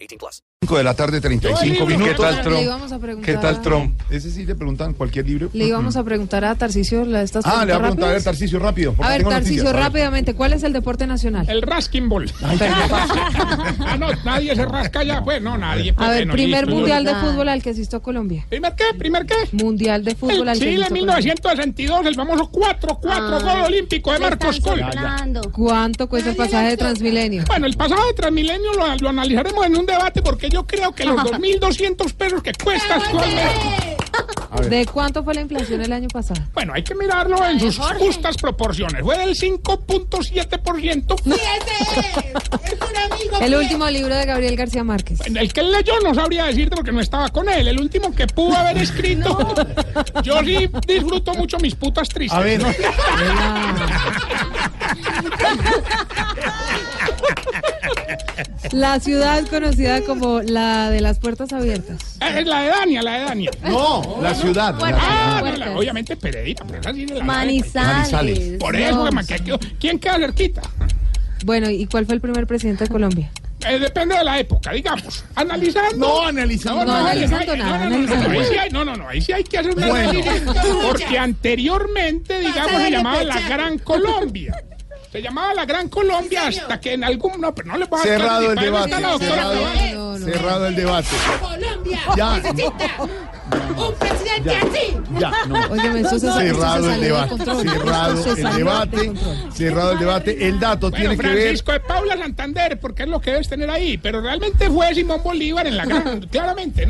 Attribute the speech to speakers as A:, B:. A: 18 plus.
B: 5 de la tarde, 35 minutos.
C: ¿Qué tal
D: Le
C: Trump?
D: íbamos a preguntar,
C: ¿Qué tal Trump?
B: Ese sí le preguntan cualquier libro.
D: Le íbamos a preguntar a Tarcicio la estas
B: Ah, le voy a
D: preguntas
B: preguntar a ver,
D: rápidas.
B: Tarcicio, rápido. porque
D: A ver,
B: tengo
D: Tarcicio,
B: noticias. A ver.
D: rápidamente, ¿cuál es el deporte nacional?
E: El Raskin Ball. Ah, no, nadie se rasca ya, pues, no, nadie. pues,
D: a ver,
E: bueno,
D: primer
E: listo, yo-
D: mundial de
C: Verdad.
D: fútbol al que asistió Colombia.
E: ¿Primer qué? ¿Primer qué?
D: Mundial de
E: El
D: fútbol al que
E: Chile
D: asistió Colombia. Ah.
E: 1962, el famoso 4-4 gol
C: Ay,
E: olímpico de
C: se están
E: Marcos Col.
C: soplando.
D: ¿Cuánto cuesta el pasaje de Transmilenio?
E: Bueno, el pasado de Transmilenio lo, lo analizaremos en un debate porque yo creo que los 2.200 pesos que cuesta actualmente.
D: ¿De cuánto fue la inflación el año pasado?
E: Bueno, hay que mirarlo en sus
C: Jorge.
E: justas proporciones. Fue del 5.7%.
D: El último libro de Gabriel García Márquez.
E: El que leyó no sabría decirte porque no estaba con él. El último que pudo haber escrito. Yo sí disfruto mucho mis putas tristes.
B: A ver,
D: La ciudad conocida como la de las puertas abiertas.
E: Eh, eh, la de Dania, la de Dania.
B: no, la ciudad. la ciudad.
E: Ah, no,
D: Puertas.
E: la- obviamente Peredita, pero esa sí es la
C: Manizales.
B: Manizales.
E: Por eso,
D: No,
E: man, que- que- ¿quién queda cerquita?
D: Bueno, ¿y cuál fue el primer presidente de Colombia?
E: Eh, depende de la época, digamos. Analizando.
B: No, analizando.
D: No,
B: nada.
D: analizando.
E: no,
D: nada,
E: no, no, no,
D: analizando.
E: ahí sí hay- No, no, no, ahí sí hay que hacer una
B: Bueno.
E: análisis, Porque anteriormente, digamos, se llamaba la Gran Colombia. Se llamaba la Gran Colombia hasta que en algún. No, pero no le voy a dar
B: Cerrado
E: clase,
B: el
E: para eso
B: debate.
E: está la doctora
B: Cerrado,
E: Cabal.
D: No, no.
B: cerrado el debate. Ya. Ya, ya, no.
D: Óyeme, eso se eso se
B: Cerrado el
D: salió de
B: debate.
D: control.
B: Cerrado
D: Eso se
B: el
D: salió de
B: debate.
D: control.
B: Cerrado el debate. El dato
E: Bueno,
B: tiene que ver.
E: Francisco de Paula Santander, porque es lo que debes tener ahí, pero realmente fue Simón Bolívar en la gran, claramente, ¿no?